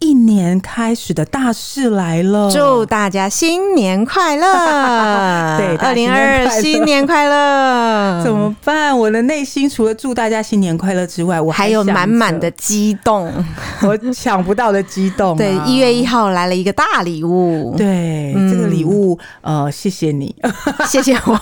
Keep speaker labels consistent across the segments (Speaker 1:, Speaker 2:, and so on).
Speaker 1: 一年开始的大事来了，
Speaker 2: 祝大家新年快乐！
Speaker 1: 对
Speaker 2: 二
Speaker 1: 大家
Speaker 2: 零
Speaker 1: 新年
Speaker 2: 二二新年
Speaker 1: 快乐
Speaker 2: 快乐！
Speaker 1: 怎么办？我的内心除了祝大家新年快乐之外，我
Speaker 2: 还
Speaker 1: 还
Speaker 2: 有
Speaker 1: 想着哦
Speaker 2: 满满的激动？
Speaker 1: 我抢不到的激动啊、
Speaker 2: 对，一月嗯一号来了一个大礼物，
Speaker 1: 对、这个礼物，呃，谢谢你，
Speaker 2: 谢谢我，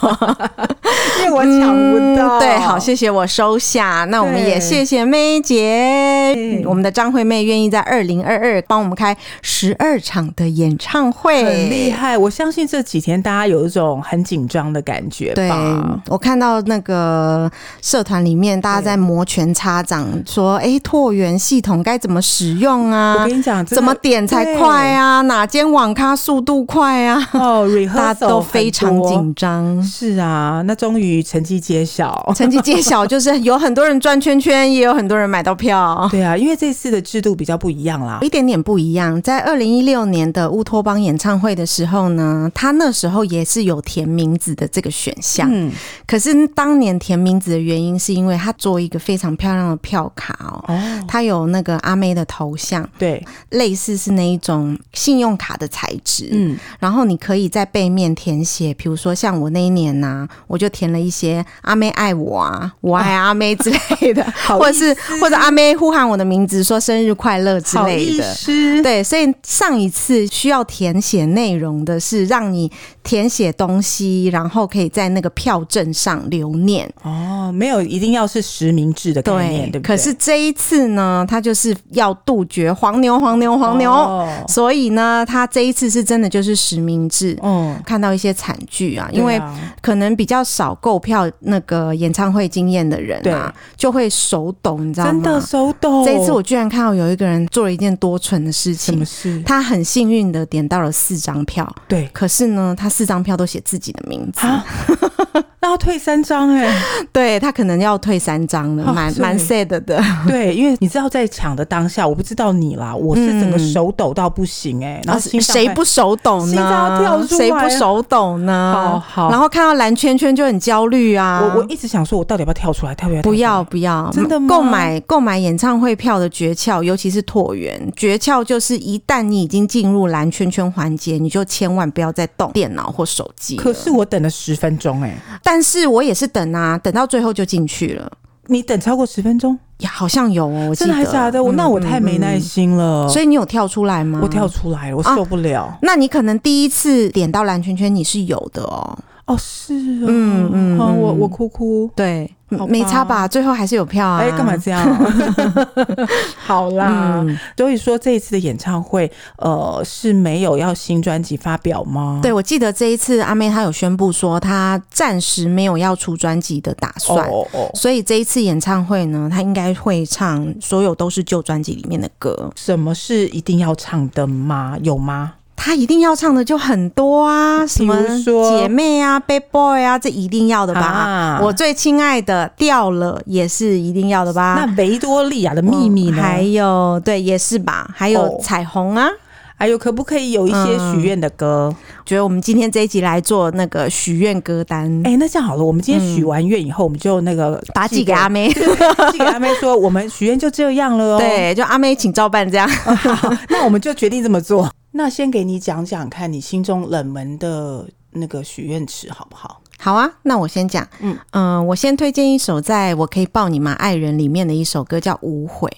Speaker 1: 因为我抢不到。
Speaker 2: 嗯对，好，谢谢我收下。那我们
Speaker 1: 对
Speaker 2: 也谢谢妹姐，我们的张惠妹愿意在二零二二帮我们开十二场的演唱会，
Speaker 1: 很厉。害。我相信这几天大家有一种很紧张的感觉
Speaker 2: 对
Speaker 1: 吧？，
Speaker 2: 我看到那个社团里面大家在摩拳擦掌，说：“哎，拓元系统该怎么使用啊
Speaker 1: 我？跟你讲，真的
Speaker 2: 怎么点才快？啊？哪间网咖速度快啊？”
Speaker 1: 对哦，rehearsal
Speaker 2: 大家都非常
Speaker 1: 很多
Speaker 2: 紧张。
Speaker 1: 是啊，那终于成绩揭晓。
Speaker 2: 成绩揭晓，就是有很多人转圈圈，也有很多人买到票。
Speaker 1: 对啊，因为这次的制度比较不一样啦
Speaker 2: 有。一点点不一样，在二零一六年的乌托邦演唱会的时候呢，他那时候也是有填名字的这个选项，
Speaker 1: 嗯，
Speaker 2: 可是当年填名字的原因是因为他做一个非常漂亮的票卡哦，
Speaker 1: 哦，
Speaker 2: 它有那个阿妹的头像，
Speaker 1: 对，
Speaker 2: 类似是那一种信用卡的材质，
Speaker 1: 嗯，
Speaker 2: 然后你可以在背面填写，比如说像我那一年呐、我就填了一些阿妹爱我啊，我爱阿妹之类的，
Speaker 1: 哦 好
Speaker 2: 或者
Speaker 1: 意
Speaker 2: 是或者阿妹呼喊我的名字说生日快乐之
Speaker 1: 好
Speaker 2: 类
Speaker 1: 意
Speaker 2: 的。
Speaker 1: 思，
Speaker 2: 对，所以上一次需要填写内容的是让你填写东西，然后可以在那个票证上留念。
Speaker 1: 哦，没有一定要是实名制的概念，对不对？
Speaker 2: 可是这一次呢，他就是要杜绝黄牛、黄牛、黄牛，
Speaker 1: 哦
Speaker 2: 所以呢，他这一次是真的就是实名制。
Speaker 1: 嗯，
Speaker 2: 看到一些惨剧哦啊，因为
Speaker 1: 对啊
Speaker 2: 可能比较少购票那个演唱会经验的人啊，就会手抖，你知道吗？
Speaker 1: 真的手抖。
Speaker 2: 这一次我居然看到有一个人做了一件多蠢的事
Speaker 1: 什
Speaker 2: 情
Speaker 1: 么，事？
Speaker 2: 他很幸运的点到了四张票，
Speaker 1: 对
Speaker 2: 可是呢，他四张票都写自己的名字，
Speaker 1: 啊， 那要退三张哎、
Speaker 2: 对他可能要退三张了，
Speaker 1: 哦
Speaker 2: 蛮
Speaker 1: 所以
Speaker 2: 蛮 sad 的。
Speaker 1: 对，因为你知道在抢的当下，我不知道你啦，我是整个手抖到不行哎、 然后
Speaker 2: 嗯
Speaker 1: 心脏
Speaker 2: 哦谁
Speaker 1: 还
Speaker 2: 不手抖
Speaker 1: 心脏
Speaker 2: 呢？
Speaker 1: 要跳出来啊
Speaker 2: 谁不手抖呢？
Speaker 1: 好啊好
Speaker 2: 然后看到蓝圈圈就很焦虑啊！
Speaker 1: 我我一直想说，我到底要不要跳出来？跳不要？
Speaker 2: 不要不要，
Speaker 1: 真的吗
Speaker 2: 购买购买演唱会票的诀窍，尤其是拓元诀窍，就是一旦你已经进入蓝圈圈环节，你就千万不要再动电脑或手机了。
Speaker 1: 可是我等了十分钟哎、
Speaker 2: 但是我也是等啊，等到最后就进去了，
Speaker 1: 你等超过十分钟，
Speaker 2: 呀，好像有哦，我记
Speaker 1: 真
Speaker 2: 得嗯
Speaker 1: 的还假的？我那我太没耐心了，
Speaker 2: 所以你有跳出来吗？
Speaker 1: 我跳。出来了，我受不了。
Speaker 2: 那你可能第一次点到蓝圈圈，你是有的哦。
Speaker 1: 哦，是哦，
Speaker 2: 嗯嗯
Speaker 1: 好我
Speaker 2: 嗯
Speaker 1: 我哭哭。
Speaker 2: 对，
Speaker 1: 好吧
Speaker 2: 嗯没差吧？最后还是有票啊。
Speaker 1: 哎，干嘛 这样？好啦，
Speaker 2: 嗯
Speaker 1: 所以说这一次的演唱会，呃，是没有要新专辑发表吗？
Speaker 2: 对，我记得这一次阿妹她有宣布说，她暂时没有要出专辑的打
Speaker 1: 哦，
Speaker 2: 算，
Speaker 1: 哦哦，
Speaker 2: 所以这一次演唱会呢，她应该会唱所有都是旧专辑里面的歌。
Speaker 1: 什么是一定要唱的吗？有吗？
Speaker 2: 她一定要唱的就很多啊，什
Speaker 1: 比
Speaker 2: 么
Speaker 1: 如说
Speaker 2: 姐妹啊、bad boy 啊，这一定要的吧？
Speaker 1: 啊
Speaker 2: 我最亲爱的掉了也是一定要的吧？哦
Speaker 1: 那维多利亚的秘密呢？
Speaker 2: 还有对也是吧？还有
Speaker 1: 哦
Speaker 2: 彩虹啊。
Speaker 1: 还哎有，可不可以有一些许愿的歌？
Speaker 2: 觉得我们今天这一集来做那个许愿歌单，
Speaker 1: 哎、那这样好了，我们今天许完愿以后，我们就那个
Speaker 2: 把它寄给阿妹。
Speaker 1: 嗯 寄给阿妹说，我们许愿就这样了 哦。，
Speaker 2: 对，就阿妹请照办这样。
Speaker 1: 那我们就决定这么做。那先给你讲讲看你心中冷门的那个许愿池好不好？
Speaker 2: 好啊，那我先讲，嗯
Speaker 1: 嗯
Speaker 2: 我先推荐一首在我可以抱你吗爱人里面的一首歌，叫《无悔》。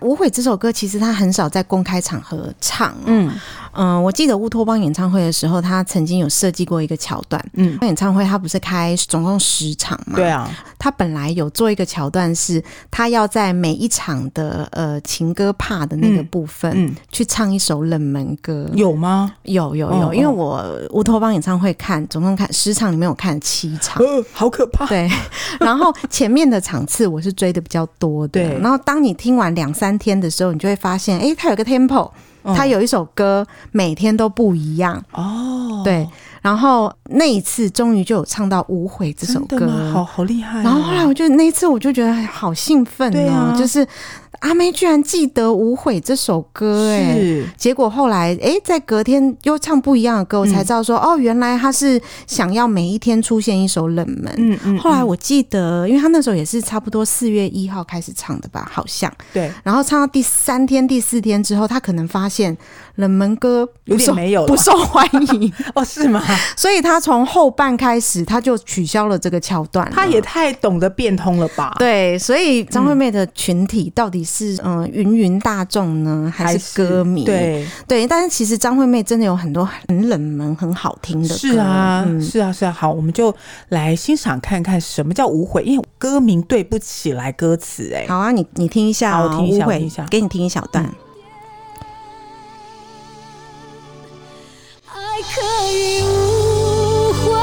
Speaker 2: 无悔这首歌其实他很少在公开场合唱、嗯
Speaker 1: 嗯
Speaker 2: 嗯、我记得乌托邦演唱会的时候，他曾经有设计过一个桥段。
Speaker 1: 嗯，
Speaker 2: 演唱会他不是开总共十场嘛？
Speaker 1: 对啊，
Speaker 2: 他本来有做一个桥段，是他要在每一场的呃情歌帕的那个
Speaker 1: 嗯
Speaker 2: 部分、
Speaker 1: 嗯，
Speaker 2: 去唱一首冷门歌。
Speaker 1: 有吗？
Speaker 2: 有有有，
Speaker 1: 哦
Speaker 2: 因为
Speaker 1: 哦
Speaker 2: 我乌托邦演唱会看，总共看十场里面我看了七场。
Speaker 1: 呃，好可怕。
Speaker 2: 对，然后前面的场次我是追的比较多的，
Speaker 1: 对
Speaker 2: 然后当你听完两三天的时候，你就会发现，哎、它有个 tempo，
Speaker 1: 嗯
Speaker 2: 他有一首歌每天都不一样，
Speaker 1: 哦，
Speaker 2: 对。然后那一次终于就有唱到《无悔》这首
Speaker 1: 真的吗？好
Speaker 2: 歌。
Speaker 1: 好厉害哦、
Speaker 2: 然后后来我就那一次我就觉得好兴奋
Speaker 1: 对
Speaker 2: 哦，
Speaker 1: 啊
Speaker 2: 就是阿妹居然记得《无悔》这首歌哎、
Speaker 1: 是
Speaker 2: 结果后来，哎、在隔天又唱不一样的歌，我才知道说，
Speaker 1: 嗯
Speaker 2: 哦，原来他是想要每一天出现一首冷门。
Speaker 1: 嗯嗯，
Speaker 2: 后来我记得，因为他那时候也是差不多四月一号开始唱的吧，好像。
Speaker 1: 对
Speaker 2: 然后唱到第三天、第四天之后，他可能发现冷门歌
Speaker 1: 有点
Speaker 2: 不受
Speaker 1: 没有了
Speaker 2: 不受欢迎，
Speaker 1: 哦是 吗？
Speaker 2: 所以他从后半开始他就取消了这个桥段了。
Speaker 1: 他也太懂得变通了吧？，
Speaker 2: 对，所以张惠妹的群体到底是嗯、呃芸芸大众呢，还是歌迷？
Speaker 1: 对，
Speaker 2: 对，但是其实张惠妹真的有很多很冷门、很好听的歌。嗯
Speaker 1: 是啊，是啊，是啊。好，我们就来欣赏看看什么叫无悔，因为歌名对不起来歌词、哎，
Speaker 2: 好啊，你你听一下、
Speaker 1: 好
Speaker 2: 哦，
Speaker 1: 我听一下
Speaker 2: 误会
Speaker 1: 我听一下嗯
Speaker 2: 给你听一小段。
Speaker 3: 爱可以无悔，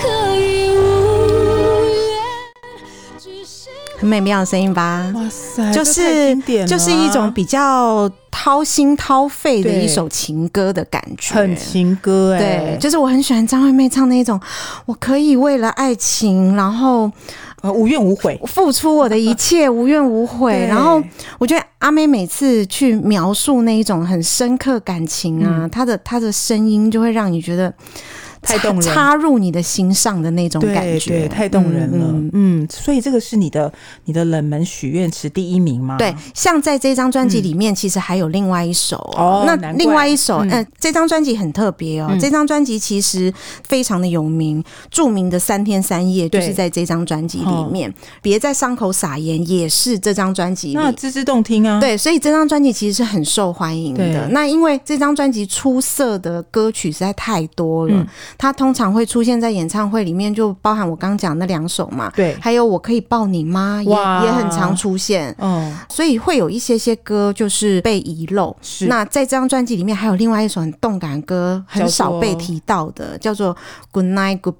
Speaker 3: 可以无怨，只是
Speaker 2: 很美妙的声音吧？
Speaker 1: 哇塞，
Speaker 2: 就
Speaker 1: 这太
Speaker 2: 是
Speaker 1: 经典了啊
Speaker 2: 就是一种比较掏心掏肺的
Speaker 1: 对
Speaker 2: 一首情歌的感觉，
Speaker 1: 很情歌、哎，
Speaker 2: 对，就是我很喜欢张惠妹唱那一种，我可以为了爱情，然后
Speaker 1: 呃无怨无悔，
Speaker 2: 付出我的一切，无怨无悔。
Speaker 1: 对
Speaker 2: 然后我觉得阿妹每次去描述那一种很深刻感情啊，她的她的声音就会让你觉得
Speaker 1: 嗯太
Speaker 2: 插
Speaker 1: 动人
Speaker 2: 插入你的心上的那种
Speaker 1: 对
Speaker 2: 感觉，
Speaker 1: 对，太动人了。
Speaker 2: 嗯
Speaker 1: 嗯
Speaker 2: 嗯
Speaker 1: 所以这个是你的你的冷门许愿池第一名吗？
Speaker 2: 对，像在这张专辑里面，其实还有另外一首
Speaker 1: 嗯哦
Speaker 2: 那
Speaker 1: 难怪
Speaker 2: 另外一首，
Speaker 1: 嗯
Speaker 2: 嗯、这张专辑很特别哦。
Speaker 1: 嗯
Speaker 2: 这张专辑其实非常的有名，著名的三天三夜就
Speaker 1: 对哦
Speaker 2: 是在这张专辑里面。别在伤口撒盐也是这张专辑
Speaker 1: 那
Speaker 2: 里。
Speaker 1: 芝芝动听啊，，
Speaker 2: 对，所以这张专辑其实是很受欢迎的
Speaker 1: 对。
Speaker 2: 那因为这张专辑出色的歌曲实在太多了，
Speaker 1: 嗯
Speaker 2: 它通常会出现在演唱会里面，就包含我刚讲那两首嘛，
Speaker 1: 对
Speaker 2: 还有我可以抱你吗，也
Speaker 1: 哇
Speaker 2: 也很常出现。
Speaker 1: 嗯，
Speaker 2: 所以会有一些些歌就是被遗漏。
Speaker 1: 是
Speaker 2: 那在这张专辑里面还有另外一首很动感的歌，
Speaker 1: 叫做
Speaker 2: 很少被提到的，叫做《Good Night Goodbye》，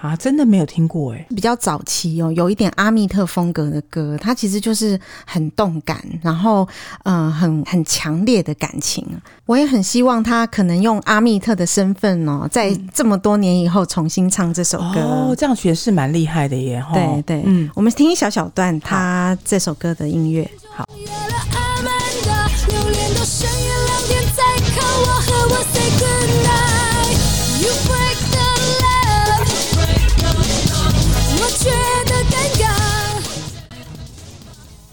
Speaker 1: 啊，真的没有听过哎、
Speaker 2: 比较早期哦，有一点阿密特风格的歌，它其实就是很动感，然后嗯、呃很很强烈的感情。我也很希望他可能用阿密特的身份哦，在这么多年以后重新唱这首歌。
Speaker 1: 嗯哦，这样诠释蛮厉害的耶，哈，
Speaker 2: 对对，
Speaker 1: 嗯，
Speaker 2: 我们听一小小段他这首歌的音乐。
Speaker 3: 越了阿曼达，留恋到深夜两点再看我和我 say good night。You break the love，我觉得尴尬。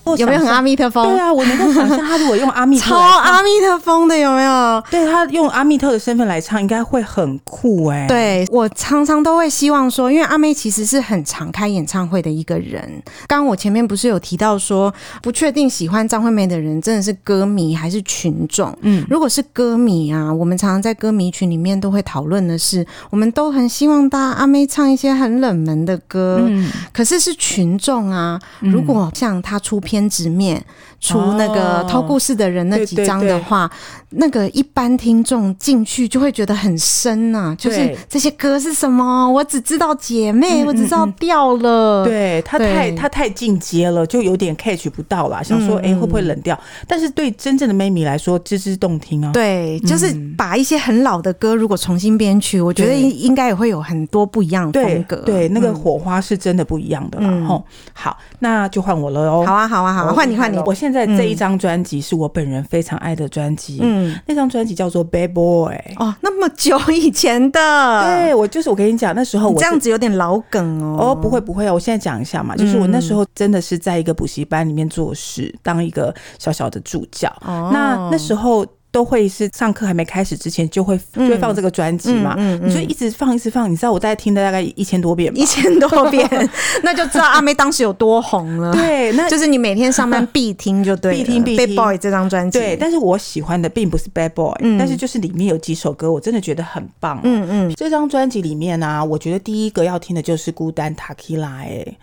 Speaker 1: 我
Speaker 2: 有没有很
Speaker 1: 想象
Speaker 2: 阿密特风？
Speaker 1: 对啊，我能够想象他如果用阿密特来
Speaker 2: 超
Speaker 1: 唱
Speaker 2: 阿密特风的有没有？
Speaker 1: 对他用阿密特的身份来唱，应该会很酷哎、，
Speaker 2: 对我常常都会希望说，因为阿妹其实是很常开演唱会的一个人。刚刚我前面不是有提到说，不确定喜欢张惠妹的人真的是歌迷还是群众。嗯，如果是歌迷啊，我们常常在歌迷群里面都会讨论的是，我们都很希望大家阿妹唱一些很冷门的歌。
Speaker 1: 嗯，
Speaker 2: 可是是群众啊，如果像他出片直面、出那个
Speaker 1: 哦
Speaker 2: 偷故事的人那几
Speaker 1: 对对
Speaker 2: 张的
Speaker 1: 对
Speaker 2: 话，那个一般听众进去就会觉得很深呐、就是
Speaker 1: 对
Speaker 2: 这些歌是什么？我只知道姐妹，
Speaker 1: 嗯
Speaker 2: 我只知道掉了。
Speaker 1: 对他
Speaker 2: 对
Speaker 1: 太他太进阶了，就有点 catch 不到啦。想说，
Speaker 2: 嗯
Speaker 1: 哎、会不会冷掉？但是对真正的妹迷来说，芝芝动听啊。
Speaker 2: 对就是把一些很老的歌如果重新编曲，我觉得
Speaker 1: 对
Speaker 2: 应应该也会有很多不一样的风
Speaker 1: 对
Speaker 2: 格。
Speaker 1: 对，那个
Speaker 2: 嗯
Speaker 1: 火花是真的不一样的啦。
Speaker 2: 嗯
Speaker 1: 吼、好，那就换我了哦。
Speaker 2: 好啊，好啊，好啊，
Speaker 1: 我
Speaker 2: 换你，换你。
Speaker 1: 我现在这一张专辑是我本人非常爱的专辑，
Speaker 2: 嗯，
Speaker 1: 那张专辑叫做《Bad Boy》。
Speaker 2: 哦，那么久以前的，
Speaker 1: 对，我就是我跟你讲，那时候
Speaker 2: 呃你
Speaker 1: 我
Speaker 2: 这
Speaker 1: 是
Speaker 2: 样子有点老梗哦。嗯
Speaker 1: 哦，不会不会，我现在讲一下嘛，就是我那时候真的是在一个补习班里面做事，当一个小小的助教。
Speaker 2: 哦，
Speaker 1: 那那时候都会是上课还没开始之前就会就会放这个专辑嘛，
Speaker 2: 嗯嗯嗯嗯
Speaker 1: 你就一直放一直放，你知道我大概听了大概一千多遍吧
Speaker 2: 一。千多 遍， 那就知道阿妹当时有多红了。，
Speaker 1: 对，那
Speaker 2: 就是你每天上班必听就对了。
Speaker 1: 必听必
Speaker 2: Bad
Speaker 1: 听
Speaker 2: Boy 这张专辑，
Speaker 1: 对，但是我喜欢的并不是 Bad Boy，、
Speaker 2: 嗯
Speaker 1: 但是就是里面有几首歌我真的觉得很棒、嗯，
Speaker 2: 嗯嗯，
Speaker 1: 这张专辑里面呢、我觉得第一个要听的就是《孤单塔 q 拉》哎，《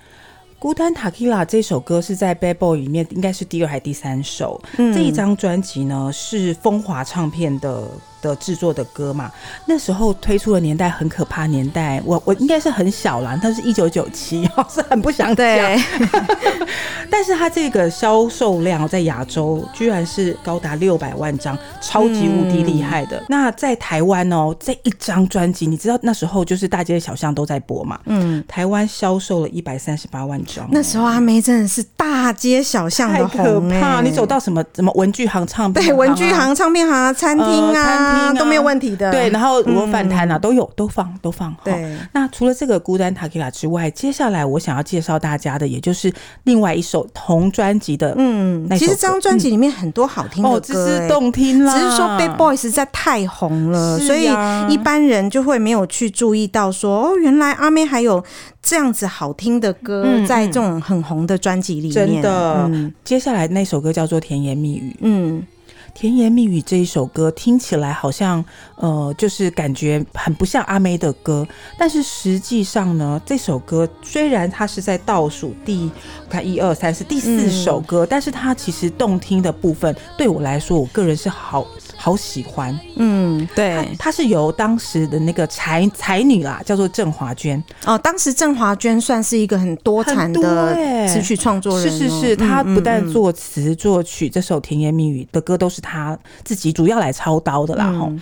Speaker 1: 孤单塔 q 拉》这首歌是在《Bad Boy》里面
Speaker 2: 嗯
Speaker 1: 应该是第二还第三首。这一张专辑呢是风华唱片的的制作的歌嘛。那时候推出的年代很可怕，年代我我应该是很小啦，但是一九九七， 是很不想讲
Speaker 2: 对。，
Speaker 1: 但是它这个销售量在亚洲居然是高达六百万张，超级无敌厉害
Speaker 2: 嗯
Speaker 1: 的。那在台湾哦，这一张专辑，你知道那时候就是大街小巷都在播嘛，嗯，台湾销售了一百三十八万张，
Speaker 2: 那时候阿妹真的是大街小巷
Speaker 1: 太
Speaker 2: 的
Speaker 1: 可
Speaker 2: 红、欸，
Speaker 1: 怕！你走到什么什么文具行、唱片
Speaker 2: 对
Speaker 1: 行啊
Speaker 2: 文具行、唱片行啊、餐厅
Speaker 1: 呃
Speaker 2: 啊,、
Speaker 1: 餐厅啊
Speaker 2: 都没有问题的。嗯
Speaker 1: 对，然后卤肉饭摊啊，都有都放都放。
Speaker 2: 对
Speaker 1: 齁那除了这个孤单塔 q 拉之外，接下来我想要介绍大家的，也就是另外一首同专辑的，嗯，
Speaker 2: 其实这张专辑里面很多好听
Speaker 1: 哦，
Speaker 2: 的
Speaker 1: 这
Speaker 2: 歌、
Speaker 1: 是
Speaker 2: 欸
Speaker 1: 动听啦，
Speaker 2: 只是说 Bad Boy 实在太红了，
Speaker 1: 是
Speaker 2: 所以
Speaker 1: 呀
Speaker 2: 一般人就会没有去注意到说，哦，原来阿妹还有这样子好听的歌，在这种很红的专辑里面。
Speaker 1: 真的。接下来那首歌叫做《甜言蜜语》，
Speaker 2: 嗯，
Speaker 1: 甜言蜜语这一首歌听起来好像，呃，就是感觉很不像阿妹的歌，但是实际上呢，这首歌虽然它是在倒数第，我看一二三是第四首歌，但是它其实动听的部分对我来说，我个人是好好喜欢。
Speaker 2: 嗯，
Speaker 1: 它
Speaker 2: 对。
Speaker 1: 它是由当时的那个才才女啦，叫做郑华娟，
Speaker 2: 哦，当时郑华娟算是一个很多产
Speaker 1: 很多欸
Speaker 2: 的词曲创作人、
Speaker 1: 是
Speaker 2: 哦，
Speaker 1: 是是，
Speaker 2: 嗯
Speaker 1: 他
Speaker 2: 嗯
Speaker 1: 不但
Speaker 2: 嗯
Speaker 1: 作词作曲，这首《甜言蜜语》的歌都是他自己主要来操刀的啦。
Speaker 2: 嗯
Speaker 1: 吼、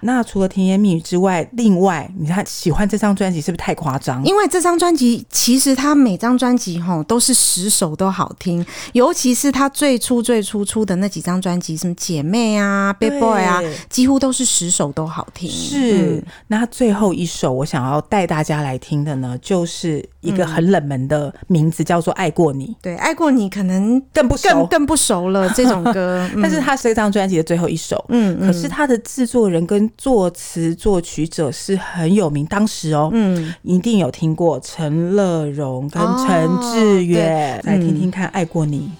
Speaker 1: 那除了《甜言蜜语》之外，另外你看喜欢这张专辑是不是太夸张？
Speaker 2: 因为这张专辑，其实他每张专辑吼都是十首都好听，尤其是他最初最初出的那几张专辑，什么姐妹啊、
Speaker 1: 对
Speaker 2: Bad Boy 啊，几乎都是十首都好听。
Speaker 1: 是
Speaker 2: 嗯，
Speaker 1: 那最后一首我想要带大家来听的呢，就是一
Speaker 2: 嗯
Speaker 1: 个很冷门的名字，叫做《爱过你》，
Speaker 2: 对，爱过你可能
Speaker 1: 更不熟
Speaker 2: 更更不熟 了这种歌，嗯
Speaker 1: 但是它是这张专辑的最后一首，
Speaker 2: 嗯嗯
Speaker 1: 可是它的制作人跟作词作曲者是很有名，当时哦，嗯，一定有听过陈乐融跟
Speaker 2: 哦
Speaker 1: 陈志远，来
Speaker 2: 嗯
Speaker 1: 听听看《爱过你》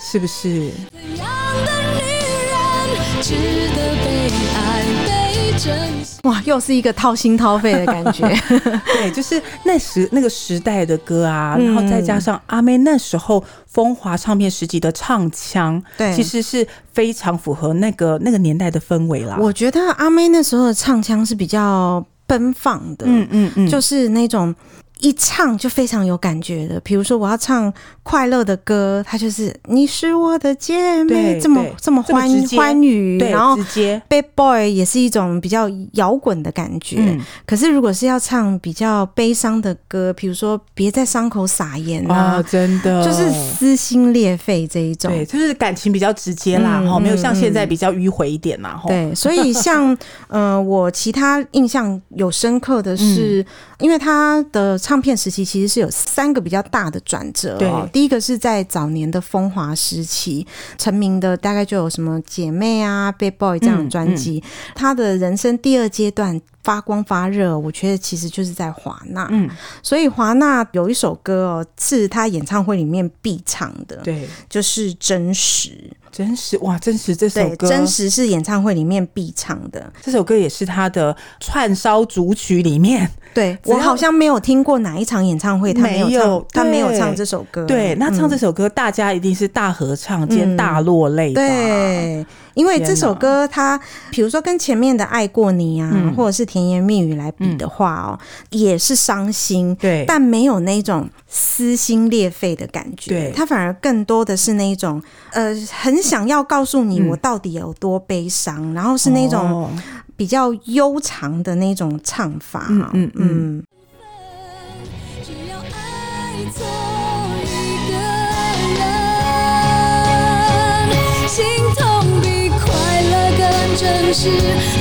Speaker 1: 是不是？
Speaker 3: 怎样的女人值得被爱、被珍惜？
Speaker 2: 哇，又是一个掏心掏肺的感 觉。
Speaker 1: 对，就是那时那个时代的歌啊，然后再
Speaker 2: 嗯
Speaker 1: 加上阿妹那时候风华唱片时期的唱腔，
Speaker 2: 对
Speaker 1: 其实是非常符合那个那个年代的氛围啦。
Speaker 2: 我觉得阿妹那时候的唱腔是比较奔放的，
Speaker 1: 嗯嗯嗯，
Speaker 2: 就是那种一唱就非常有感觉的。比如说我要唱快乐的歌，它就是你是我的姐妹
Speaker 1: 对，
Speaker 2: 这么
Speaker 1: 对
Speaker 2: 这么
Speaker 1: 这么
Speaker 2: 欢
Speaker 1: 直接
Speaker 2: 欢愉，
Speaker 1: 对，
Speaker 2: 然后
Speaker 1: 直。接。
Speaker 2: Bad Boy 也是一种比较摇滚的感觉，
Speaker 1: 嗯
Speaker 2: 可是如果是要唱比较悲伤的歌，比如说《别在伤口撒盐》啊，
Speaker 1: 哦，真的
Speaker 2: 就是撕心裂肺这一种
Speaker 1: 对，。就是感情比较直接啦，
Speaker 2: 嗯
Speaker 1: 哈、没有
Speaker 2: 嗯
Speaker 1: 像现在比较迂回一点啦，哈。
Speaker 2: 对，所 以像呃，我其他印象有深刻的是，
Speaker 1: 嗯
Speaker 2: 因为他的唱片时期其实是有三个比较大的转折哦
Speaker 1: 对。
Speaker 2: 第一个是在早年的风华时期，成名的大概就有什么姐妹啊、Bad Boy 这
Speaker 1: 嗯
Speaker 2: 样的专辑。他的人生第二阶段发光发热，我觉得其实就是在华纳。
Speaker 1: 嗯，
Speaker 2: 所以华纳有一首歌哦，是他演唱会里面必唱的，
Speaker 1: 对，
Speaker 2: 就是《真实》。
Speaker 1: 真实哇，真实这首
Speaker 2: 对，
Speaker 1: 歌，
Speaker 2: 真实是演唱会里面必唱的。
Speaker 1: 这首歌也是他的串烧主曲里面。
Speaker 2: 对
Speaker 1: 只要
Speaker 2: 我好像没有听过哪一场演唱会他没有
Speaker 1: 没
Speaker 2: 唱，
Speaker 1: 有
Speaker 2: 他没有
Speaker 1: 对
Speaker 2: 唱这首歌。嗯
Speaker 1: 对，那唱这首歌，大家一定是大合唱兼大落泪吧？
Speaker 2: 对，因为
Speaker 1: 天
Speaker 2: 这首
Speaker 1: 哪嗯
Speaker 2: 歌它，比如说跟前面的《爱过你》啊，或者是《甜言蜜语》来比的话哦，也是伤心，
Speaker 1: 对
Speaker 2: 但没有那种撕心裂肺的感觉，
Speaker 1: 对
Speaker 2: 它反而更多的是那一种，呃，很想要告诉你我到底有多悲伤，然后是那种
Speaker 1: 嗯哦
Speaker 2: 比较悠长的那种唱法，嗯
Speaker 1: 嗯嗯
Speaker 3: 只要爱错一个人，心痛比快乐更真实。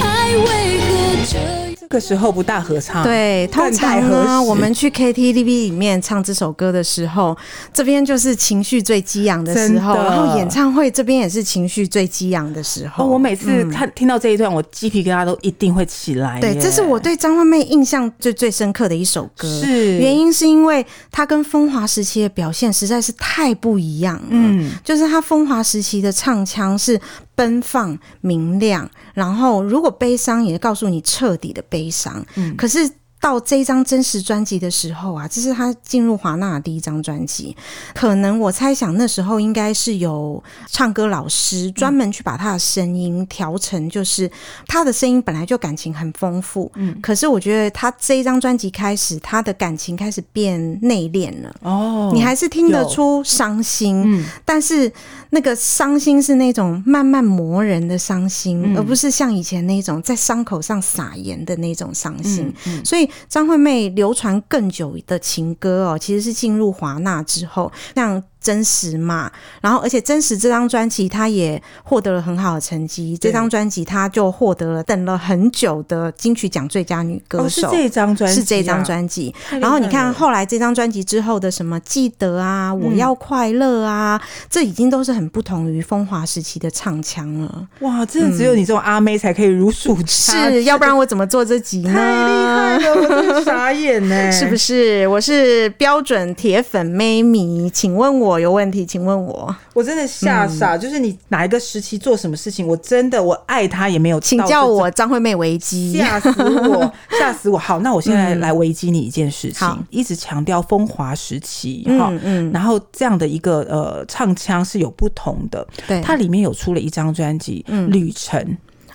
Speaker 3: 爱为何这样？
Speaker 1: 这个时候不大合唱，，
Speaker 2: 对，通
Speaker 1: 更待
Speaker 2: 常
Speaker 1: 何
Speaker 2: 呢，
Speaker 1: 时
Speaker 2: 我们去 KTV 里面唱这首歌的时候，这边就是情绪最激昂的时候，
Speaker 1: 真的
Speaker 2: 然后演唱会这边也是情绪最激昂的时候。
Speaker 1: 哦，我每次看、听到这一段，我鸡皮疙瘩都一定会起来
Speaker 2: 嗯
Speaker 1: 耶。
Speaker 2: 对，这是我对张惠妹印象最最深刻的一首歌。
Speaker 1: 是
Speaker 2: 原因是因为她跟风华时期的表现实在是太不一样了。嗯，就是她风华时期的唱腔是奔放明亮，然后如果悲伤也告诉你彻底的悲伤。嗯，可是。到这一张真实专辑的时候啊，这是他进入华纳的第一张专辑，可能我猜想那时候应该是有唱歌老师专门去把他的声音调成，就是他的声音本来就感情很丰富，嗯，可是我觉得他这一张专辑开始，他的感情开始变内敛了。
Speaker 1: 哦，
Speaker 2: 你还是听得
Speaker 1: 有
Speaker 2: 出伤心，
Speaker 1: 嗯
Speaker 2: 但是那个伤心是那种慢慢磨人的伤心，
Speaker 1: 嗯
Speaker 2: 而不是像以前那种在伤口上撒盐的那种伤心。
Speaker 1: 嗯
Speaker 2: 所以张惠妹流传更久的情歌哦，其实是进入华纳之后，像。真实嘛，然后而且真实这张专辑，她也获得了很好的成绩。这张专辑她就获得了等了很久的金曲奖最佳女歌
Speaker 1: 哦是
Speaker 2: 手，
Speaker 1: 这张专辑啊，
Speaker 2: 是这张专辑。
Speaker 1: 太厉害了，嗯
Speaker 2: 然后你看后来这张专辑之后的什么记得啊，我要快乐啊，这已经都是很不同于风华时期的唱腔了。
Speaker 1: 哇，真的只有你这种阿妹才可以如数家珍
Speaker 2: 嗯是，要不然我怎么做这集呢？
Speaker 1: 太厉害了，我真的傻眼欸 呢，
Speaker 2: 是不是？我是标准铁粉妹迷，请问我有问题？请问我，
Speaker 1: 我真的吓傻，就是你哪一个时期做什么事情，我真的我爱他也没有到这
Speaker 2: 请
Speaker 1: 种，
Speaker 2: 叫我张惠妹维基。
Speaker 1: 吓死 我，吓死我！好，那我现在来危机你一件事情，
Speaker 2: 好
Speaker 1: 一直强调风华时期哈。
Speaker 2: 嗯嗯，
Speaker 1: 然后这样的一个呃唱腔是有不同的，
Speaker 2: 对，
Speaker 1: 它里面有出了一张专辑《旅程》，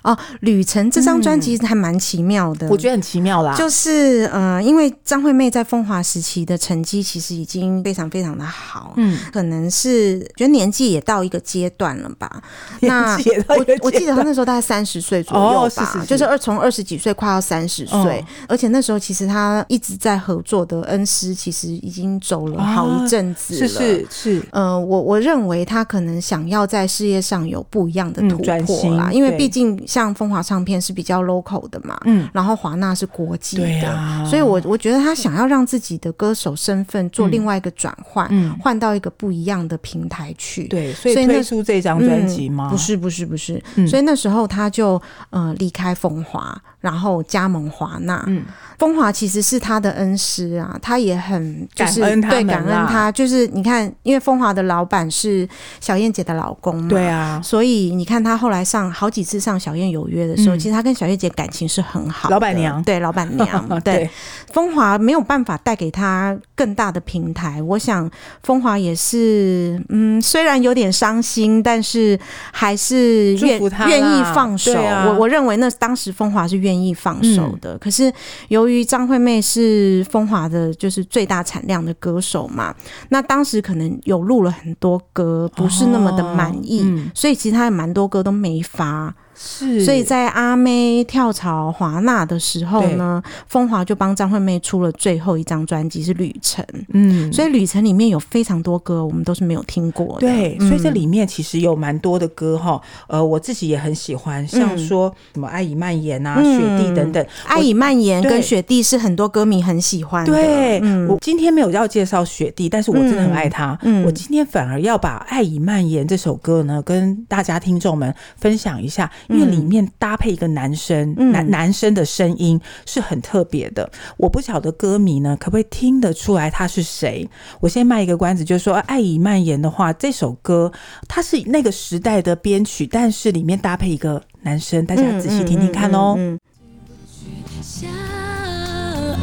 Speaker 2: 哦，旅程这张专
Speaker 1: 嗯
Speaker 2: 辑还蛮奇妙的，
Speaker 1: 我觉得很奇妙啦。
Speaker 2: 就是呃，因为张惠妹在风华时期的成绩其实已经非常非常的好，
Speaker 1: 嗯，
Speaker 2: 可能是觉得年纪也到一个阶段了 吧。那
Speaker 1: 年纪也到一
Speaker 2: 我
Speaker 1: 个
Speaker 2: 我
Speaker 1: 阶
Speaker 2: 记得她那时候大概三十岁左右
Speaker 1: 哦
Speaker 2: 吧，
Speaker 1: 是是是哦
Speaker 2: 就是二从二十几岁快要三十岁，而且那时候其实她一直在合作的恩师，其实已经走了好一阵子了。
Speaker 1: 哦是是是，
Speaker 2: 呃，我我认为他可能想要在事业上有不一样的
Speaker 1: 嗯
Speaker 2: 突
Speaker 1: 转
Speaker 2: 破啦，
Speaker 1: 型
Speaker 2: 因为
Speaker 1: 对
Speaker 2: 毕竟像风华唱片是比较 local 的嘛，
Speaker 1: 嗯，
Speaker 2: 然后华纳是国际
Speaker 1: 对
Speaker 2: 的，
Speaker 1: 啊
Speaker 2: 所以我我觉得他想要让自己的歌手身份做另外一个转换，
Speaker 1: 嗯，
Speaker 2: 换到一个不一样的平台去。
Speaker 1: 对，所以
Speaker 2: 所以那
Speaker 1: 推出这张
Speaker 2: 嗯，
Speaker 1: 专辑吗？
Speaker 2: 不，是不是不是，
Speaker 1: 嗯
Speaker 2: 所以那时候他就呃离开风华，然后加盟华纳。
Speaker 1: 嗯，
Speaker 2: 风华其实是他的恩师啊，他也很、就是、
Speaker 1: 感恩他
Speaker 2: 对
Speaker 1: 们
Speaker 2: 感恩
Speaker 1: 啦
Speaker 2: 他。就是你看，因为风华的老板是小燕姐的老公嘛，
Speaker 1: 对啊，
Speaker 2: 所以你看他后来上好几次上小燕有约的时候，
Speaker 1: 嗯
Speaker 2: 其实他跟小燕姐感情是很好的。
Speaker 1: 老板娘
Speaker 2: 对老板 娘，对
Speaker 1: 嗯对，
Speaker 2: 风华没有办法带给他更大的平台。我想风华也是，嗯，虽然有点伤心，但是还是愿
Speaker 1: 祝福他啦
Speaker 2: 愿意放手。
Speaker 1: 对啊嗯
Speaker 2: 我我认为那当时风华是愿意放手的。可是由于张惠妹是风华的，就是最大产量的歌手嘛，那当时可能有录了很多歌，不是那么的满意。
Speaker 1: 哦嗯
Speaker 2: 所以其实他有蛮多歌都没发，
Speaker 1: 是，
Speaker 2: 所以在阿妹跳槽华纳的时候呢，风华就帮张惠妹出了最后一张专辑是《旅程》，
Speaker 1: 嗯，
Speaker 2: 所以《旅程》里面有非常多歌我们都是没有听过的。
Speaker 1: 对，
Speaker 2: 嗯
Speaker 1: 所以这里面其实有蛮多的歌哈，呃，我自己也很喜欢，像说什么《爱已蔓延》啊，
Speaker 2: 嗯
Speaker 1: 雪地》等等。
Speaker 2: 《爱已蔓延》
Speaker 1: 对
Speaker 2: 跟《雪地》是很多歌迷很喜欢的。
Speaker 1: 对，
Speaker 2: 嗯
Speaker 1: 我今天没有要介绍雪地，但是我真的很爱它。
Speaker 2: 嗯嗯
Speaker 1: 我今天反而要把《爱已蔓延》这首歌呢，跟大家听众们分享一下，因为里面搭配一个男生，
Speaker 2: 嗯
Speaker 1: 男男生的声音是很特别的。我不晓得歌迷呢可不可以听得出来他是谁。我先卖一个关子，就是说《爱已蔓延》的话，这首歌它是那个时代的编曲，但是里面搭配一个男生，大
Speaker 2: 嗯，
Speaker 1: 家仔细听听看哦。
Speaker 2: 嗯嗯嗯嗯
Speaker 3: 想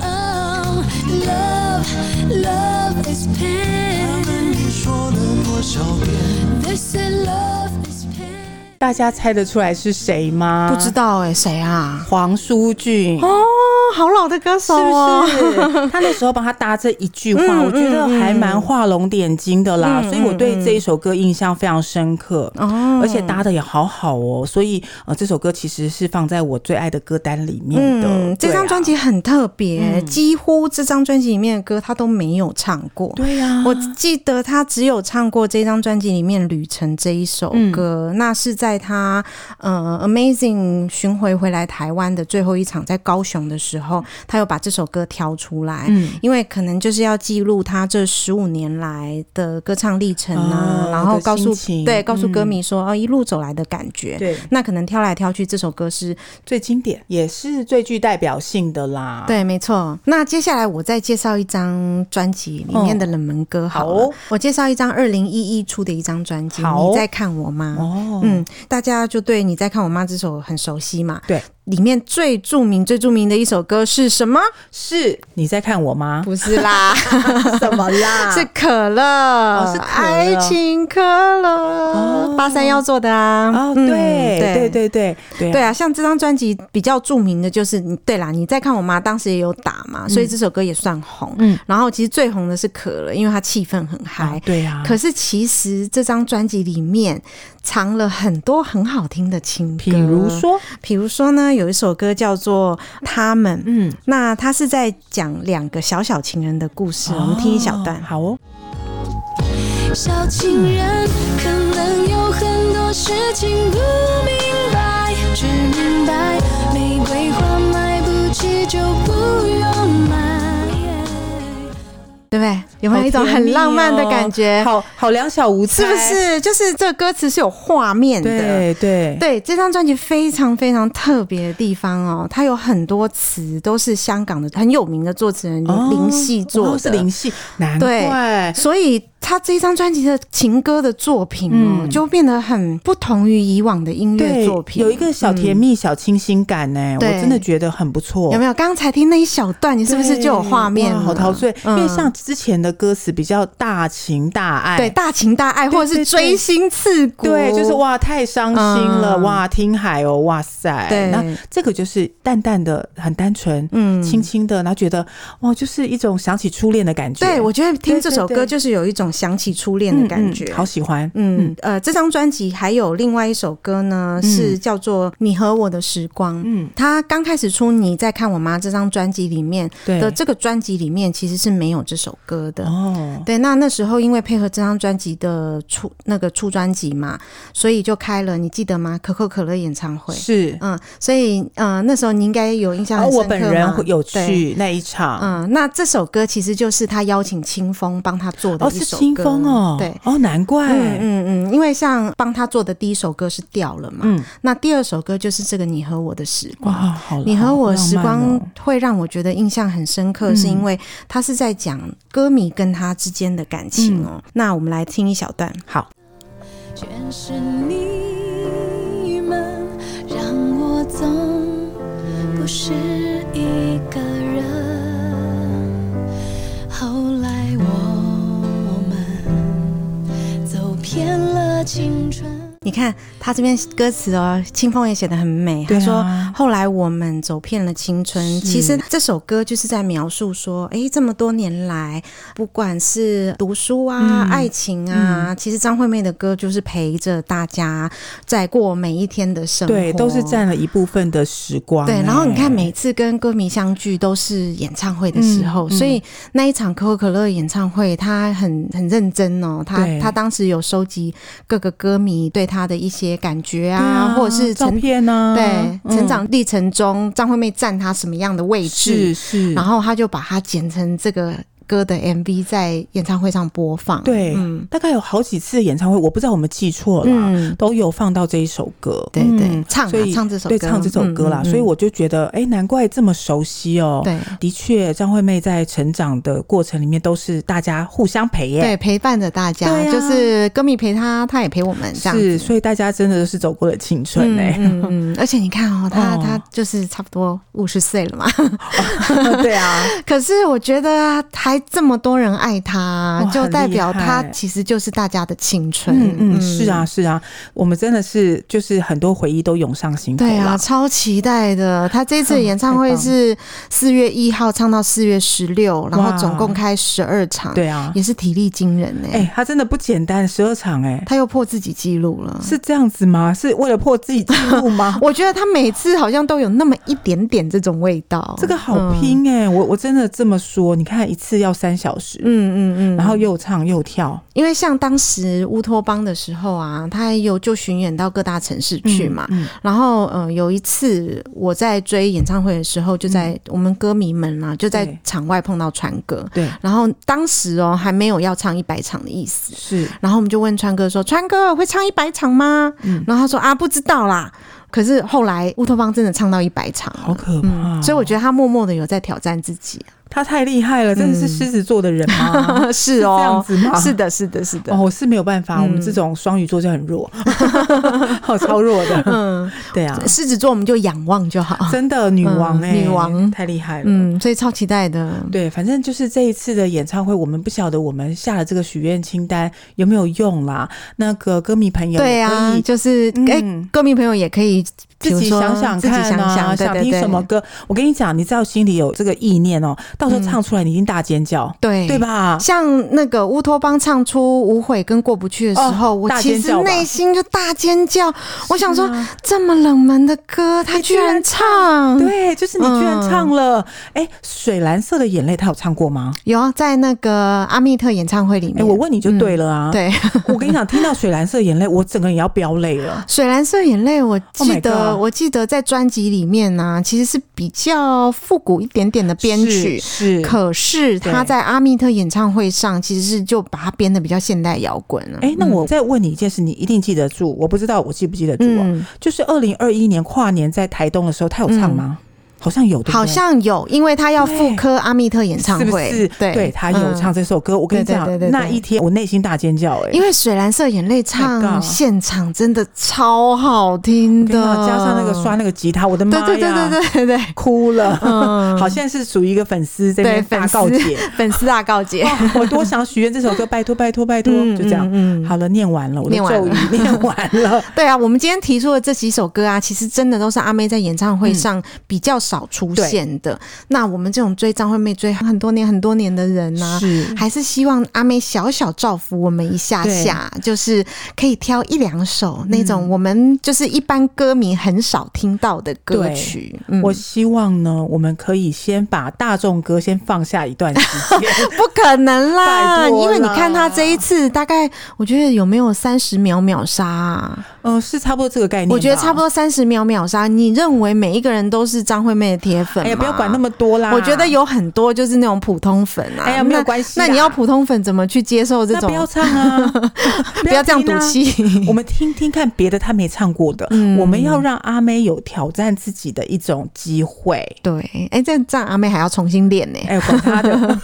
Speaker 3: 哦，love love is pain。
Speaker 4: 说了多少遍？
Speaker 3: They say love is pain。
Speaker 1: 大家猜得出来是谁吗？
Speaker 2: 不知道哎、谁啊？
Speaker 1: 黄舒骏。
Speaker 2: 哦，好老的歌手哦。
Speaker 1: 是不是？他那时候帮他搭这一句话，
Speaker 2: 嗯
Speaker 1: 我觉得还蛮画龙点睛的啦，
Speaker 2: 嗯嗯
Speaker 1: 所以我对这一首歌印象非常深刻。
Speaker 2: 哦
Speaker 1: 而且搭的也好好哦，所以呃，这首歌其实是放在我最爱的歌单里面的。
Speaker 2: 嗯，这
Speaker 1: 对啊
Speaker 2: 张专辑很特别，欸几乎这张专辑里面的歌他都没有唱过。
Speaker 1: 对呀、
Speaker 2: 我记得他只有唱过这张专辑里面《旅程》这一首歌，
Speaker 1: 嗯
Speaker 2: 那是在他呃 Amazing 巡回回来台湾的最后一场，在高雄的时候，他又把这首歌挑出来，
Speaker 1: 嗯
Speaker 2: 因为可能就是要记录他这十五年来的歌唱历程啊，
Speaker 1: 哦
Speaker 2: 然后告诉
Speaker 1: 的心情
Speaker 2: 对告诉
Speaker 1: 嗯
Speaker 2: 歌迷说、哦一路走来的感觉。
Speaker 1: 对
Speaker 2: 那可能挑来挑去，这首歌是
Speaker 1: 最经典也是最具代表性的啦。，
Speaker 2: 对，没错。那接下来我再介绍一张专辑里面的冷门歌好了。
Speaker 1: 好哦
Speaker 2: 我介绍一张二零一一出的一张专辑，
Speaker 1: 好
Speaker 2: 你在看我吗？
Speaker 1: 哦，
Speaker 2: 嗯，大家就对你在看我妈这首很熟悉嘛。
Speaker 1: 对，
Speaker 2: 里面最著名、最著名的一首歌是什 么？
Speaker 1: 是你在看我吗？
Speaker 2: 不是啦，
Speaker 1: 怎么 啦
Speaker 2: 是可乐，
Speaker 1: 哦是可乐
Speaker 2: 爱情可乐，八三幺做的啊。
Speaker 1: 哦，
Speaker 2: 嗯
Speaker 1: 对对对对对
Speaker 2: 对
Speaker 1: 啊
Speaker 2: 啊，像这张专辑比较著名的就是，你对啦，你在看我妈当时也有打嘛，所以这首歌也算红。
Speaker 1: 嗯
Speaker 2: 嗯，然后其实最红的是可乐，因为它气氛很嗨
Speaker 1: 啊。对啊，
Speaker 2: 可是其实这张专辑里面藏了很多很好听的情歌，
Speaker 1: 比如，说，
Speaker 2: 比如说呢，有一首歌叫做《他们》，
Speaker 1: 嗯，
Speaker 2: 那它是在讲两个小小情人的故事，我们听一小段
Speaker 1: 哦。好哦。
Speaker 3: 小情人可能有很多事情不明白，只明白玫瑰花买不起就不用买。
Speaker 2: 对不对？有没有一种很浪漫的感觉？
Speaker 1: 哦好好两小无猜，
Speaker 2: 是不？是？就是这歌词是有画面的。
Speaker 1: 对对
Speaker 2: 对，这张专辑非常非常特别的地方哦，它有很多词都是香港的很有名的作词人
Speaker 1: 哦
Speaker 2: 林夕做的，
Speaker 1: 哦是林夕，难
Speaker 2: 对
Speaker 1: 怪
Speaker 2: 所以他这张专辑的情歌的作品哦，
Speaker 1: 嗯
Speaker 2: 就变得很不同于以往的音乐
Speaker 1: 对
Speaker 2: 作品，嗯
Speaker 1: 有一个小甜蜜、小清新感呢，我
Speaker 2: 对
Speaker 1: 真的觉得很不错。
Speaker 2: 有没有？刚才听那一小段，你是不是就有画面
Speaker 1: 对
Speaker 2: 了？
Speaker 1: 哇好陶醉，因
Speaker 2: 嗯
Speaker 1: 为像之前的歌词比较大情大爱，
Speaker 2: 对大情大爱，
Speaker 1: 对
Speaker 2: 或者是锥心刺骨，
Speaker 1: 对，就是。哇，太伤心了，
Speaker 2: 嗯
Speaker 1: 哇，听海哦，哇塞，
Speaker 2: 对
Speaker 1: 那这个就是淡淡的，很单纯，
Speaker 2: 嗯
Speaker 1: 轻轻的，然后觉得哇，就是一种想起初恋的感觉，
Speaker 2: 对，我觉得听这首
Speaker 1: 对对
Speaker 2: 歌
Speaker 1: 对
Speaker 2: 就是有一种想起初恋的感觉
Speaker 1: 嗯嗯。好喜欢，
Speaker 2: 嗯，呃，这张专辑还有另外一首歌呢，是叫做《你和我的时光》。
Speaker 1: 嗯
Speaker 2: 嗯，他刚开始出《你在看我妈》这张专辑里面
Speaker 1: 对
Speaker 2: 的这个专辑里面其实是没有这首歌的。
Speaker 1: 哦，
Speaker 2: 对，那那时候因为配合这张专辑的出那个出专辑嘛，所以就开了，你记得吗？可口可乐演唱会。
Speaker 1: 是，
Speaker 2: 嗯，所以呃那时候你应该有印象
Speaker 1: 而
Speaker 2: 很深刻嘛
Speaker 1: 我本人会有。
Speaker 2: 对
Speaker 1: 去那啊一场，
Speaker 2: 嗯，那这首歌其实就是他邀请清风帮他做的
Speaker 1: 哦，
Speaker 2: 一
Speaker 1: 是
Speaker 2: 首歌。
Speaker 1: 清风哦，
Speaker 2: 对，
Speaker 1: 哦，难怪，
Speaker 2: 嗯嗯嗯，因为像帮他做的第一首歌是掉了嘛，
Speaker 1: 嗯
Speaker 2: 那第二首歌就是这个你和我的时
Speaker 1: 哇，
Speaker 2: 光。
Speaker 1: 好，
Speaker 2: 你和我
Speaker 1: 好
Speaker 2: 的时
Speaker 1: 浪漫
Speaker 2: 光
Speaker 1: 哦嗯
Speaker 2: 会让我觉得印象很深刻，是因为他是在讲歌迷跟他之间的感情哦。那我们来听一小段，
Speaker 1: 嗯好，
Speaker 3: 全是你们让我总不是一个人。后来我们走偏了青春。
Speaker 2: 你看他这边歌词哦，清风也写得很美。
Speaker 1: 对啊
Speaker 2: 他说：“后来我们走遍了青春。
Speaker 1: 是
Speaker 2: 其实这首歌就是在描述说，诶，这么多年来，不管是读书
Speaker 1: 嗯
Speaker 2: 啊、爱情啊，其实张惠妹的歌就是陪着大家在过每一天的生活，
Speaker 1: 对，都是占了一部分的时光，
Speaker 2: 对，然后你看，
Speaker 1: 哎
Speaker 2: 每次跟歌迷相聚都是演唱会的时候，
Speaker 1: 嗯嗯
Speaker 2: 所以那一场可口可乐演唱会，他很很认真哦，他
Speaker 1: 对
Speaker 2: 他当时有收集各个歌迷对他的一些感觉
Speaker 1: 对
Speaker 2: 啊，
Speaker 1: 啊，
Speaker 2: 或者是
Speaker 1: 照
Speaker 2: 成
Speaker 1: 片啊，
Speaker 2: 对
Speaker 1: 嗯
Speaker 2: 成长历程中张惠妹占他什么样的位置，
Speaker 1: 是是，
Speaker 2: 然后他就把它剪成这个歌的 MV 在演唱会上播放。
Speaker 1: 对，
Speaker 2: 嗯
Speaker 1: 大概有好几次演唱会，我不知道我们记错了啊，
Speaker 2: 嗯，
Speaker 1: 都有放到这一首歌，
Speaker 2: 对对，
Speaker 1: 嗯
Speaker 2: 唱啊
Speaker 1: 所以
Speaker 2: 唱这首歌，
Speaker 1: 对唱这首歌啦，
Speaker 2: 嗯嗯嗯
Speaker 1: 所以我就觉得，哎，难怪这么熟悉哦。，
Speaker 2: 对。
Speaker 1: 的确，张惠妹在成长的过程里面都是大家互相陪耶。
Speaker 2: 对，陪伴着大家，
Speaker 1: 对啊
Speaker 2: 就是歌迷陪他，他也陪我们，这样
Speaker 1: 是，
Speaker 2: 子
Speaker 1: 所以大家真的都是走过了青春哎、
Speaker 2: 嗯嗯嗯，而且你看哦，他
Speaker 1: 哦
Speaker 2: 他就是差不多五十岁了嘛， 嗯
Speaker 1: 对啊，
Speaker 2: 可是我觉得还这么多人爱他
Speaker 1: 哇，
Speaker 2: 就代表
Speaker 1: 很厉
Speaker 2: 他
Speaker 1: 害
Speaker 2: 其实就是大家的青春。
Speaker 1: 嗯嗯，是啊是啊，我们真的是就是很多回忆都涌上心头
Speaker 2: 对
Speaker 1: 啦
Speaker 2: 啊，。超期待的！他这次的演唱
Speaker 1: 太
Speaker 2: 会
Speaker 1: 棒
Speaker 2: 是四月一号唱到四月十六，然
Speaker 1: 哇
Speaker 2: 后总共开十二场，
Speaker 1: 对啊，
Speaker 2: 也是体力惊人呢、
Speaker 1: 哎、她真的不简单，十二场哎、
Speaker 2: 他又破自己记录了。？
Speaker 1: 是这样子吗？是为了破自己记录吗
Speaker 2: 我觉得他每次好像都有那么一点点这种味道。
Speaker 1: 这个好
Speaker 2: 嗯，
Speaker 1: 拼哎、我我真的这么说，你看一次要三小时，
Speaker 2: 嗯嗯嗯。
Speaker 1: 然后又唱又跳，
Speaker 2: 因为像当时乌托邦的时候啊，他也有就巡演到各大城市去嘛。
Speaker 1: 嗯
Speaker 2: 然后，呃，有一次我在追演唱会的时候，就在我们歌迷们啊，就在
Speaker 1: 嗯对
Speaker 2: 场外碰到川哥。
Speaker 1: 对，
Speaker 2: 然后当时哦，还没有要唱一百场的意思。
Speaker 1: 是
Speaker 2: 然后我们就问川哥说：“川哥会唱一百场吗？”
Speaker 1: 嗯
Speaker 2: 然后他说：“啊，不知道啦。”可是后来乌托邦真的唱到一百场了嗯
Speaker 1: 好可怕哦、
Speaker 2: 所以我觉得他默默的有在挑战自己啊、
Speaker 1: 他太厉害了，真的是
Speaker 2: 嗯
Speaker 1: 狮子座的人啊吗？
Speaker 2: 是
Speaker 1: 这样
Speaker 2: 哦，
Speaker 1: 子吗？
Speaker 2: 是的，是的，是的。嗯
Speaker 1: 哦，我是没有办法，我们这种双鱼座就很弱， 哦，超弱的。
Speaker 2: 嗯，
Speaker 1: 对啊，
Speaker 2: 狮子座我们就仰望就好。
Speaker 1: 真的女王哎、
Speaker 2: 嗯女王
Speaker 1: 太厉害了。
Speaker 2: 嗯，所以超期待的。
Speaker 1: 对，反正就是这一次的演唱会，我们不晓得我们下了这个许愿清单有没有用啦。那个歌迷朋友
Speaker 2: 对
Speaker 1: 也可
Speaker 2: 啊
Speaker 1: 以，
Speaker 2: 就是哎、
Speaker 1: 嗯
Speaker 2: 歌迷朋友也可以比
Speaker 1: 自
Speaker 2: 如
Speaker 1: 己
Speaker 2: 说
Speaker 1: 想想
Speaker 2: 自己
Speaker 1: 看
Speaker 2: 想
Speaker 1: 啊，
Speaker 2: 想，对
Speaker 1: 想
Speaker 2: 对
Speaker 1: 听
Speaker 2: 对
Speaker 1: 什么歌？我跟你讲，你只要心里有这个意念哦，到
Speaker 2: 嗯
Speaker 1: 时候唱出来你一定大尖叫，
Speaker 2: 对
Speaker 1: 对？吧？
Speaker 2: 像那个乌托邦唱出《无悔》跟《过不去》的时候，
Speaker 1: 哦
Speaker 2: 我
Speaker 1: 大
Speaker 2: 其
Speaker 1: 尖
Speaker 2: 实
Speaker 1: 叫吧
Speaker 2: 内心就大尖叫，我想说这么冷门的歌，他居然唱，
Speaker 1: 对，就是你居然
Speaker 2: 嗯
Speaker 1: 唱了，哎、水蓝色的眼泪，他有唱过吗？
Speaker 2: 有啊在那个阿密特演唱会里
Speaker 1: 哎、
Speaker 2: 面，
Speaker 1: 我问你就对了啊！
Speaker 2: 嗯对
Speaker 1: 我跟你讲，听到水蓝色眼泪，我整个人也要飙泪了。
Speaker 2: 水蓝色眼泪，我记
Speaker 1: Oh my
Speaker 2: 得
Speaker 1: God
Speaker 2: 我记得在专辑里面呢、其实是比较复古一点点的编曲。
Speaker 1: 是，是
Speaker 2: 可是他
Speaker 1: 对
Speaker 2: 在阿密特演唱会上，其实是就把它编的比较现代摇滚啊了。
Speaker 1: 哎、那我再问你一件事，你一定记得住？我不知道我记不记得住哦。
Speaker 2: 嗯，
Speaker 1: 就是二零二一年跨年在台东的时候，他有唱吗？好像有，对不对
Speaker 2: 好像有，因为他要复刻阿密特演唱
Speaker 1: 是不
Speaker 2: 会，
Speaker 1: 是？
Speaker 2: 对
Speaker 1: 他有唱
Speaker 2: 嗯
Speaker 1: 这首歌。我跟你
Speaker 2: 对对
Speaker 1: 讲
Speaker 2: 对对，对
Speaker 1: 那一天我内心大尖叫、哎，
Speaker 2: 因为水蓝色眼泪
Speaker 1: My
Speaker 2: 唱
Speaker 1: God
Speaker 2: 现场真的超好听
Speaker 1: 我
Speaker 2: 的
Speaker 1: 跟你，讲加上那个刷，那个吉他，我的妈
Speaker 2: 对对对
Speaker 1: 呀，
Speaker 2: 对对对对，
Speaker 1: 哭了。
Speaker 2: 嗯
Speaker 1: 好，现在是属于一个粉丝这边
Speaker 2: 对
Speaker 1: 大告
Speaker 2: 粉
Speaker 1: 解，
Speaker 2: 粉丝大告诫，
Speaker 1: 哦 我多想许愿这首歌，拜托拜托拜托，
Speaker 2: 嗯
Speaker 1: 就这样。
Speaker 2: 嗯嗯
Speaker 1: 好了，念完了，我的
Speaker 2: 念完
Speaker 1: 咒语念完了。
Speaker 2: 对啊，我们今天提出的这几首歌啊，其实真的都是阿妹在演唱会上比较少出现
Speaker 1: 嗯
Speaker 2: 的。那我们这种追张惠妹追很多年很多年的人啊呢、
Speaker 1: 是
Speaker 2: 还是希望阿妹小小造福我们一下下，就是可以挑一两首、那
Speaker 1: 嗯
Speaker 2: 种我们就是一般歌迷很少听到的歌曲。嗯
Speaker 1: 我希望呢，我们可以先把大众歌先放下一段时 间。
Speaker 2: 啊不可能啦，
Speaker 1: 拜托啦
Speaker 2: 因为你看她这一次大概，我觉得有没有三十秒秒杀、啊？
Speaker 1: 嗯、是差不多这个概念吧。
Speaker 2: 我觉得差不多三十秒秒杀。你认为每一个人都是张惠妹的铁粉吗？
Speaker 1: 哎呀，不要管那么多啦。
Speaker 2: 我觉得有很多就是那种普通粉啊，
Speaker 1: 哎呀
Speaker 2: 那
Speaker 1: 没有关系啦
Speaker 2: 那你要普通粉怎么去接受这
Speaker 1: 那
Speaker 2: 种
Speaker 1: 不？要唱啊，
Speaker 2: 不要这样赌
Speaker 1: 听啊。
Speaker 2: 气。嗯
Speaker 1: 我们听听看别的他没唱过的，我们要让阿妹有挑战自己的一种机会。
Speaker 2: 对，哎、这样这样阿妹还要重新练呢、
Speaker 1: 哎、管他 的，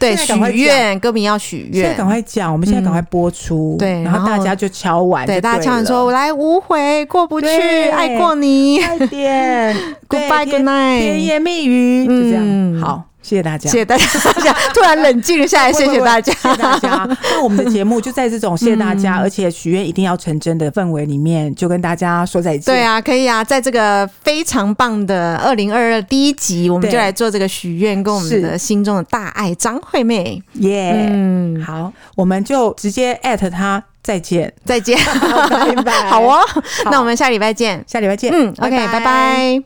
Speaker 2: 对，许
Speaker 1: 现在赶快讲
Speaker 2: 愿，歌迷要许
Speaker 1: 现在
Speaker 2: 愿
Speaker 1: 赶。快讲，我们现在赶快播出，
Speaker 2: 嗯对
Speaker 1: 然后
Speaker 2: 然
Speaker 1: 大
Speaker 2: 后
Speaker 1: 家就敲完就
Speaker 2: 对，
Speaker 1: 了，
Speaker 2: 大家敲完说：“我来无悔，过不去，
Speaker 1: 对
Speaker 2: 爱过你。
Speaker 1: 快点
Speaker 2: Goodbye,
Speaker 1: 对甜
Speaker 2: good night
Speaker 1: 甜言蜜语，就这样，
Speaker 2: 嗯
Speaker 1: 好，谢谢大”家，
Speaker 2: 谢谢大家， 突然冷静了下 来，谢谢大家。嗯
Speaker 1: 谢谢 大家。那我们的节目就在这种谢谢大家，而且许愿一定要成真的氛围里面，就跟大家说再见。
Speaker 2: 对，啊，可以啊，在这个非常棒的二零二二第一集，我们
Speaker 1: 对
Speaker 2: 就来做这个许愿，跟我们
Speaker 1: 是
Speaker 2: 的心中的大爱张惠妹。
Speaker 1: 耶、
Speaker 2: 嗯，
Speaker 1: 好，我们就直接艾特他，再见，
Speaker 2: 再见，
Speaker 1: 拜拜
Speaker 2: 哦好哦，那我们下礼拜见。
Speaker 1: 下礼拜见。
Speaker 2: 嗯，OK，拜拜